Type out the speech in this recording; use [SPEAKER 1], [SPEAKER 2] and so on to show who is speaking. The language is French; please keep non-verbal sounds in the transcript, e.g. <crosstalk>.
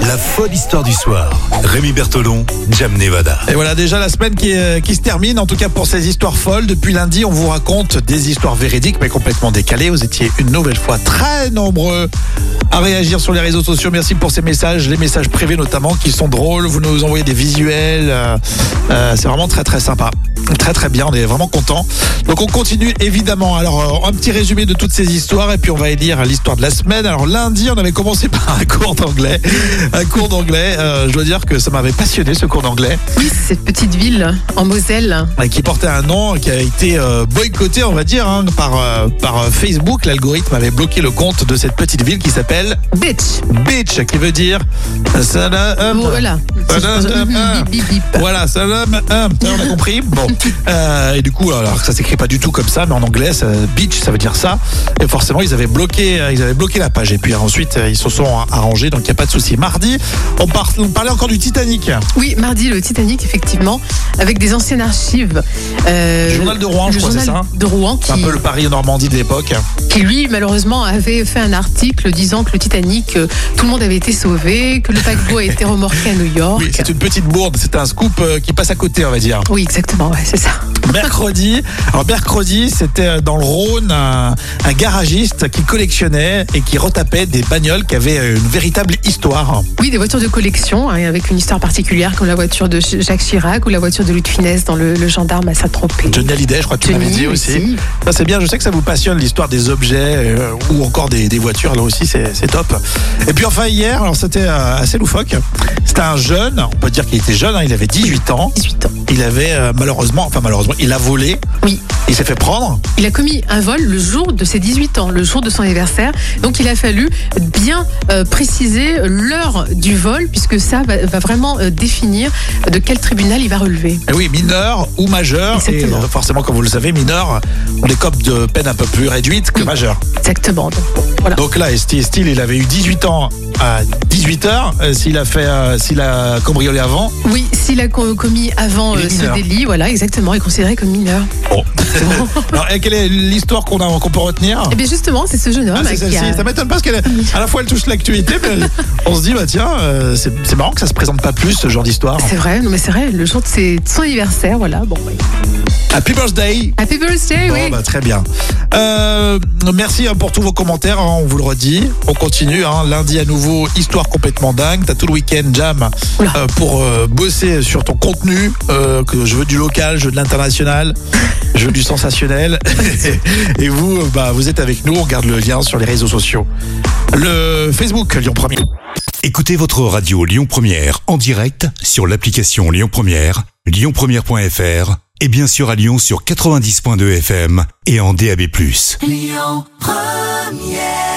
[SPEAKER 1] La folle histoire du soir. Rémi Bertolon, Jam Nevada.
[SPEAKER 2] Et voilà déjà la semaine qui, euh, qui se termine, en tout cas pour ces histoires folles. Depuis lundi, on vous raconte des histoires véridiques mais complètement décalées. Vous étiez une nouvelle fois très nombreux à réagir sur les réseaux sociaux. Merci pour ces messages, les messages privés notamment, qui sont drôles. Vous nous envoyez des visuels. euh, euh, C'est vraiment très très sympa. Très très bien, on est vraiment contents. Donc on continue évidemment. Alors euh, un petit résumé de toutes ces histoires et puis on va élire l'histoire de la semaine. Alors lundi, on avait commencé <laughs> par un cours d'anglais. Un cours d'anglais, euh, je dois dire que ça m'avait passionné ce cours d'anglais.
[SPEAKER 3] Oui, cette petite ville en Moselle.
[SPEAKER 2] euh, qui portait un nom qui a été euh, boycotté, on va dire, hein, par, euh, par euh, Facebook. L'algorithme avait bloqué le compte de cette petite ville qui s'appelle
[SPEAKER 3] Bitch.
[SPEAKER 2] Bitch, qui veut dire euh, Salam.
[SPEAKER 3] Voilà.
[SPEAKER 2] Salam.
[SPEAKER 3] Bip, bip, bip.
[SPEAKER 2] Voilà, Salam. hein. Ça, On a compris. Bon. Euh, et du coup, alors que ça s'écrit pas du tout comme ça, mais en anglais, ça- Bitch, ça veut dire ça. Et forcément, ils avaient bloqué, euh, ils avaient bloqué la page. Et puis euh, ensuite, euh, ils se sont euh, arrangés, donc il n'y a pas de souci. Mardi, on, par- on parlait encore du Titanic.
[SPEAKER 3] Oui, mardi, le Titanic, effectivement, avec des anciennes archives. Euh,
[SPEAKER 2] Le journal de Rouen, je
[SPEAKER 3] le
[SPEAKER 2] crois, c'est
[SPEAKER 3] journal
[SPEAKER 2] ça, hein
[SPEAKER 3] de Rouen, qui,
[SPEAKER 2] C'est un peu le Paris-Normandie de l'époque.
[SPEAKER 3] qui, lui, malheureusement, avait fait un article disant que le Titanic, euh, tout le monde avait été sauvé, que le paquebot a été remorqué à New York.
[SPEAKER 2] Oui, c'est une petite bourde, c'est un scoop euh, qui passe à côté, on va dire.
[SPEAKER 3] Oui, exactement, ouais, c'est ça.
[SPEAKER 2] Mercredi, alors mercredi, c'était euh, dans le Rhône un, un garagiste qui collectionnait et qui retapait des bagnoles qui avaient euh, une véritable histoire.
[SPEAKER 3] Oui, des voitures de collection, hein, avec une histoire particulière, comme la voiture de Ch- Jacques Chirac ou la voiture de Louis de Funès dans le, le gendarme à Saint-Tropez.
[SPEAKER 2] Johnny Hallyday, je crois que tu m'avais
[SPEAKER 3] Johnny
[SPEAKER 2] dit aussi.
[SPEAKER 3] aussi.
[SPEAKER 2] Ça c'est bien, je sais que ça vous passionne l'histoire des objets euh, ou encore des, des voitures, là aussi c'est c'est top. Et puis enfin hier, alors c'était euh, assez loufoque, c'était un jeune, on peut dire qu'il était jeune, hein, il avait 18 ans,
[SPEAKER 3] 18 ans.
[SPEAKER 2] il avait euh, malheureusement, enfin malheureusement, il a volé,
[SPEAKER 3] Oui,
[SPEAKER 2] il s'est fait prendre.
[SPEAKER 3] Il a commis un vol le jour de ses 18 ans, le jour de son anniversaire. Donc il a fallu bien euh, préciser l'heure du vol, puisque ça va, va vraiment euh, définir de quel tribunal il va relever.
[SPEAKER 2] Eh oui, mineur ou majeur.
[SPEAKER 3] Exactement.
[SPEAKER 2] Et euh, forcément, comme vous le savez, mineur, on décope de peine un peu plus réduite que
[SPEAKER 3] Oui.
[SPEAKER 2] majeur.
[SPEAKER 3] Exactement. Donc, voilà.
[SPEAKER 2] Donc là, Esti Steele, il avait eu 18 ans à 18 heures. euh, S'il a fait, euh, s'il a cambriolé avant,
[SPEAKER 3] oui, s'il a co- commis avant
[SPEAKER 2] Il est
[SPEAKER 3] euh, ce
[SPEAKER 2] mineur.
[SPEAKER 3] délit, voilà, exactement, il est considéré comme mineur.
[SPEAKER 2] <laughs> bon. Alors, et quelle est l'histoire qu'on a, qu'on peut retenir
[SPEAKER 3] Et bien justement, c'est ce jeune
[SPEAKER 2] Ah,
[SPEAKER 3] homme euh, Eh
[SPEAKER 2] c'est
[SPEAKER 3] ben, bah, qui
[SPEAKER 2] celle-ci.
[SPEAKER 3] a...
[SPEAKER 2] Ça m'étonne pas parce qu'elle, à la fois, elle touche l'actualité, mais elle- on se dit, bah tiens, euh, c'est c'est marrant que ça se présente pas plus ce genre d'histoire.
[SPEAKER 3] C'est vrai, non mais c'est vrai, le jour de, ses- de son anniversaire, voilà. Bon, ouais.
[SPEAKER 2] Happy birthday
[SPEAKER 3] Happy birthday,
[SPEAKER 2] Bon,
[SPEAKER 3] oui.
[SPEAKER 2] bah, très bien. Euh, merci hein, pour tous vos commentaires, hein, on vous le redit. On continue, hein, lundi à nouveau, histoire complètement dingue. T'as tout le week-end, Jam,
[SPEAKER 3] Oula.
[SPEAKER 2] euh, pour euh, bosser sur ton contenu, euh, que je veux du local, je veux de l'international, je veux
[SPEAKER 3] <laughs>
[SPEAKER 2] du sensationnel. Et vous, euh, bah, vous êtes avec nous, on garde le lien sur les réseaux sociaux. Le Facebook, Lyon Premier.
[SPEAKER 1] Écoutez votre radio Lyon Première en direct sur l'application Lyon Première, lyonpremière.fr et bien sûr à Lyon sur 90.2 FM et en DAB+.
[SPEAKER 4] Lyon Première